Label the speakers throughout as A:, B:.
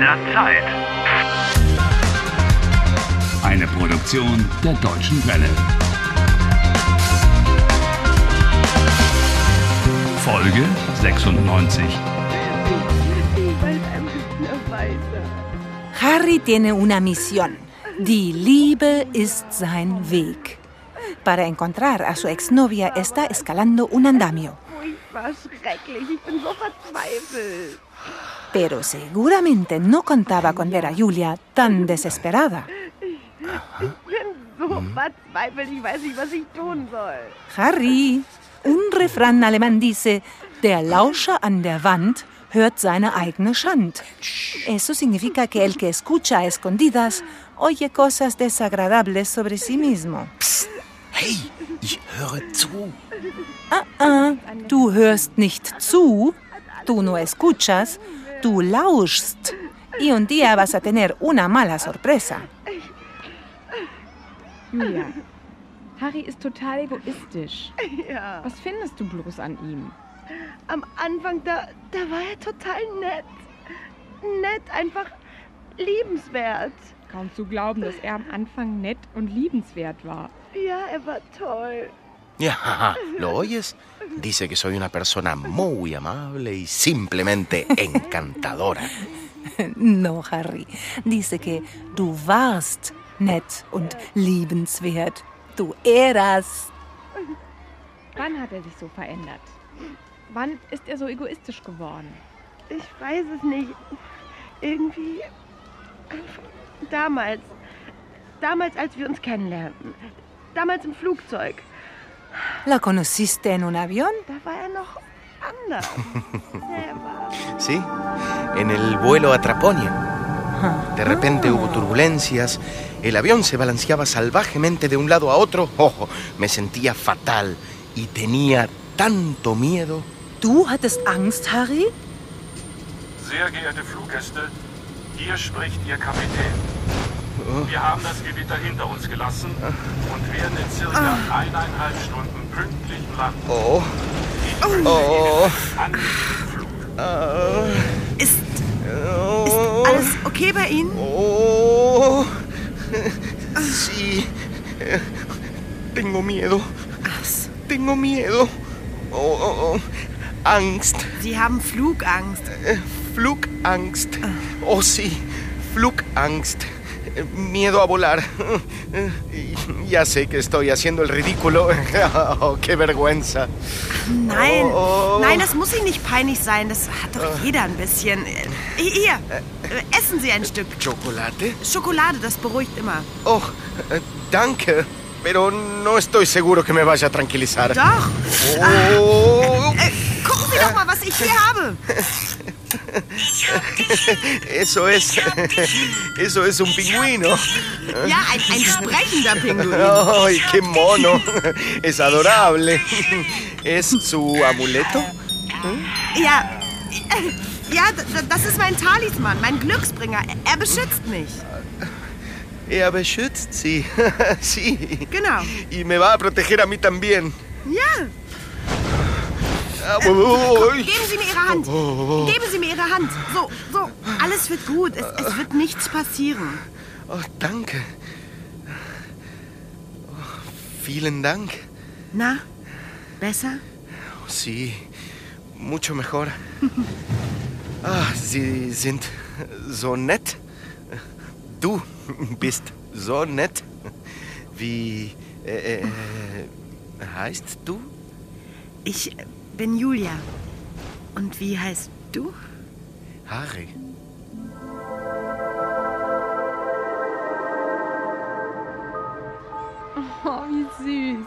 A: der Zeit.
B: Eine Produktion der Deutschen Welle. Folge 96.
C: Harry tiene una misión. Die Liebe ist sein Weg. Para encontrar a su exnovia está escalando un andamio.
D: Furchtbar schrecklich. Ich bin so verzweifelt.
C: Pero seguramente no contaba con ver a Julia tan desesperada.
D: Bin so verzweifelt. Ich weiß nicht, was ich tun soll.
C: Harry, un refrán alemán dice, der Lauscher an der Wand hört seine eigene Schand. Eso significa que el que escucha a escondidas oye cosas desagradables sobre sí mismo.
E: Hey, ich höre zu.
C: Ah, du hörst nicht zu, tú no escuchas, tú lauschst. Y un día vas a tener una mala sorpresa.
F: Julia, Harry ist total egoistisch.
D: Ja.
F: Was findest du bloß an ihm?
D: Am Anfang, da, da war er total nett. Nett, einfach liebenswert.
F: Kaum zu glauben, dass er am Anfang nett und liebenswert war.
D: Ja, er war toll.
E: Ya, ¿lo oyes? Dice que soy una persona muy amable y simplemente encantadora.
C: No, Harry. Dice que du warst nett und liebenswert. Du eras.
F: Wann hat er sich so verändert? Wann ist er so egoistisch geworden?
D: Ich weiß es nicht. Irgendwie. Damals. Damals, als wir uns kennenlernten. Damals im Flugzeug.
C: ¿La conociste en un avión?
D: Da war er noch anders. er war
E: ¿Sí? En el vuelo a Traponia. De repente hubo turbulencias, el avión se balanceaba salvajemente de un lado a otro. Ojo, me sentía fatal y tenía tanto miedo.
C: Du hattest Angst, Harry?
G: Sehr geehrte Fluggäste, hier spricht Ihr Kapitän. Wir haben das Gewitter hinter uns gelassen und werden in circa eineinhalb Stunden pünktlich landen.
E: Oh,
G: Ich wünsche
E: oh,
G: Ihnen einen angenehmen Flug.
E: oh,
D: okay bei Ihnen? Ah.
E: oh. Sí. eh, Tengo miedo. Tengo miedo. Oh, oh, oh. Angst.
D: Sie haben Flugangst.
E: Eh, Flugangst.
D: Ah.
E: Oh, sí, flugangst. Eh, Miedo a volar. Eh, y- Ya sé que estoy haciendo el ridículo. Oh, ¡Qué vergüenza!
H: Nein,
E: Oh.
H: nein, das muss Ihnen nicht peinlich sein. Das hat doch jeder ein bisschen. Äh, Hier, äh, essen Sie ein Stück.
E: ¿Chocolate?
H: Schokolade, das beruhigt immer.
E: Oh, eh, danke. Pero no estoy seguro que me vaya a tranquilizar.
H: Doch,
E: Oh,
H: äh, gucken Sie doch mal, was ich hier habe.
E: eso es. Eso es un pingüino.
H: Ja, ein, ein sprechender Pinguin.
E: ¡Ay, qué mono! Es adorable. ¿Es su amuleto?
H: Ja, äh, ja, d- d- das ist mein Talisman, mein Glücksbringer. Er- Er beschützt mich.
E: Er beschützt sie. sí.
H: Genau.
E: Y me va a proteger a mí también.
H: Ja,
E: Ah, uy.
H: geben Sie mir Ihre Hand. Geben Sie mir Ihre Hand. So, so, alles wird gut. Es, es wird nichts passieren.
E: Oh, danke. Oh, vielen Dank.
H: Na, besser?
E: Oh, sí, mucho mejor. Ah, Sie sind so nett. Du bist so nett. Wie äh, äh, heißt du?
H: Ich bin Julia. Und wie heißt du?
E: Harry.
F: Oh, wie süß.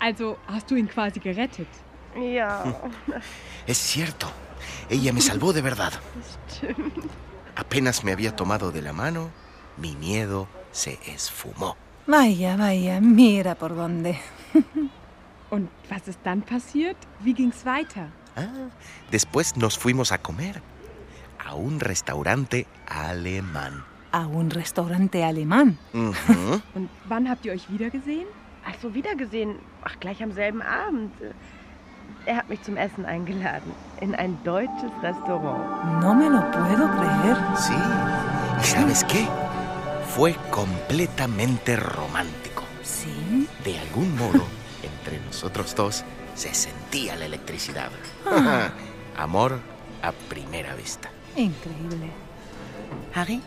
F: Also hast du ihn quasi gerettet.
D: Ja.
E: Es cierto, ella me salvó de verdad. Apenas me había tomado de la mano, mi miedo se esfumó.
C: Vaya, vaya, mira por dónde.
F: Und was ist dann passiert? Wie ging's weiter?
E: Ah, después nos fuimos a comer a un restaurante alemán.
C: A un restaurante alemán.
E: Ujú.
F: Und wann habt ihr euch wiedergesehen?
D: Ach so, wiedergesehen. Ach, gleich am selben Abend. Er hat mich zum Essen eingeladen. In ein deutsches Restaurant.
C: No me lo puedo creer.
E: Sí. ¿Y sabes qué? Fue completamente romántico.
C: ¿Sí?
E: De algún modo, entre nosotros dos se sentía la electricidad. Amor a primera vista.
C: Increíble.
H: Harry?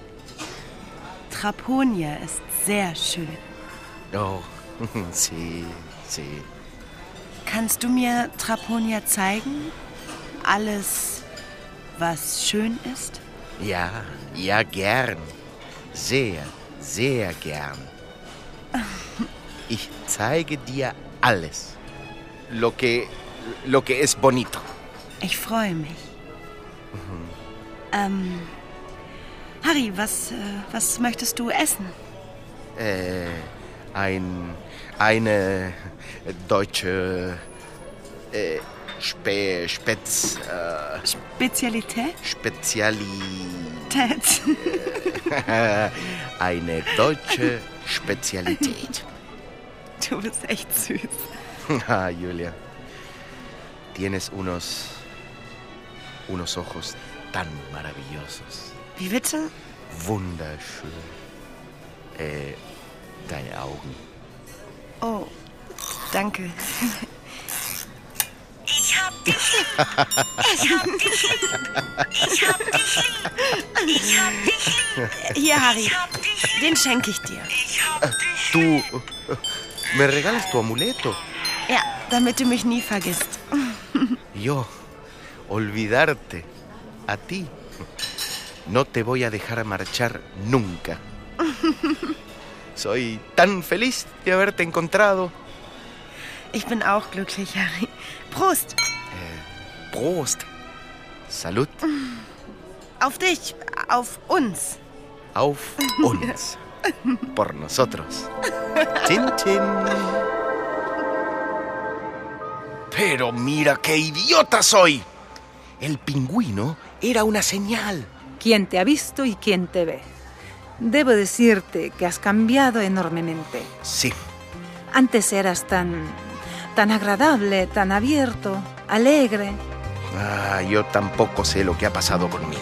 H: Traponia ist sehr schön.
E: Oh, sí, sí.
H: Kannst du mir Traponia zeigen? Alles, was schön ist?
E: Ja, ja, gern. Sehr, sehr gern. Ich zeige dir alles. Lo que, lo que es bonito.
H: Ich freue mich. Ähm, Harry, was, äh, was möchtest du essen?
E: Äh, ein, eine deutsche äh, Spe, Spez, äh,
H: Spezialität?
E: Speziali,
H: Tät.
E: eine deutsche Spezialität.
H: Du bist echt süß.
E: Ah, Julia, tienes unos, unos ojos tan maravillosos.
H: Wie bitte?
E: wunderschön. Äh, deine Augen.
H: Oh, danke. Ich hab dich lieb. Ich hab dich lieb. Ich hab dich lieb. Hier, Harry. Den schenke ich dir.
E: Du, äh, me regalas tu amuleto.
H: Ja, damit du mich nie vergisst.
E: Yo, olvidarte. A ti. No te voy a dejar marchar nunca. Soy tan feliz de haberte encontrado.
H: Ich bin auch glücklich, Harry. Prost.
E: Prost. Salud
H: Auf dich. Auf uns.
E: auf uns. Por nosotros. Chin, chin. Pero mira qué idiota soy. El pingüino era una señal.
C: ¿Quién te ha visto y quién te ve? Debo decirte que has cambiado enormemente.
E: Sí,
C: Antes eras tan... tan agradable, tan abierto, alegre.
E: Ah, yo tampoco sé lo que ha pasado conmigo.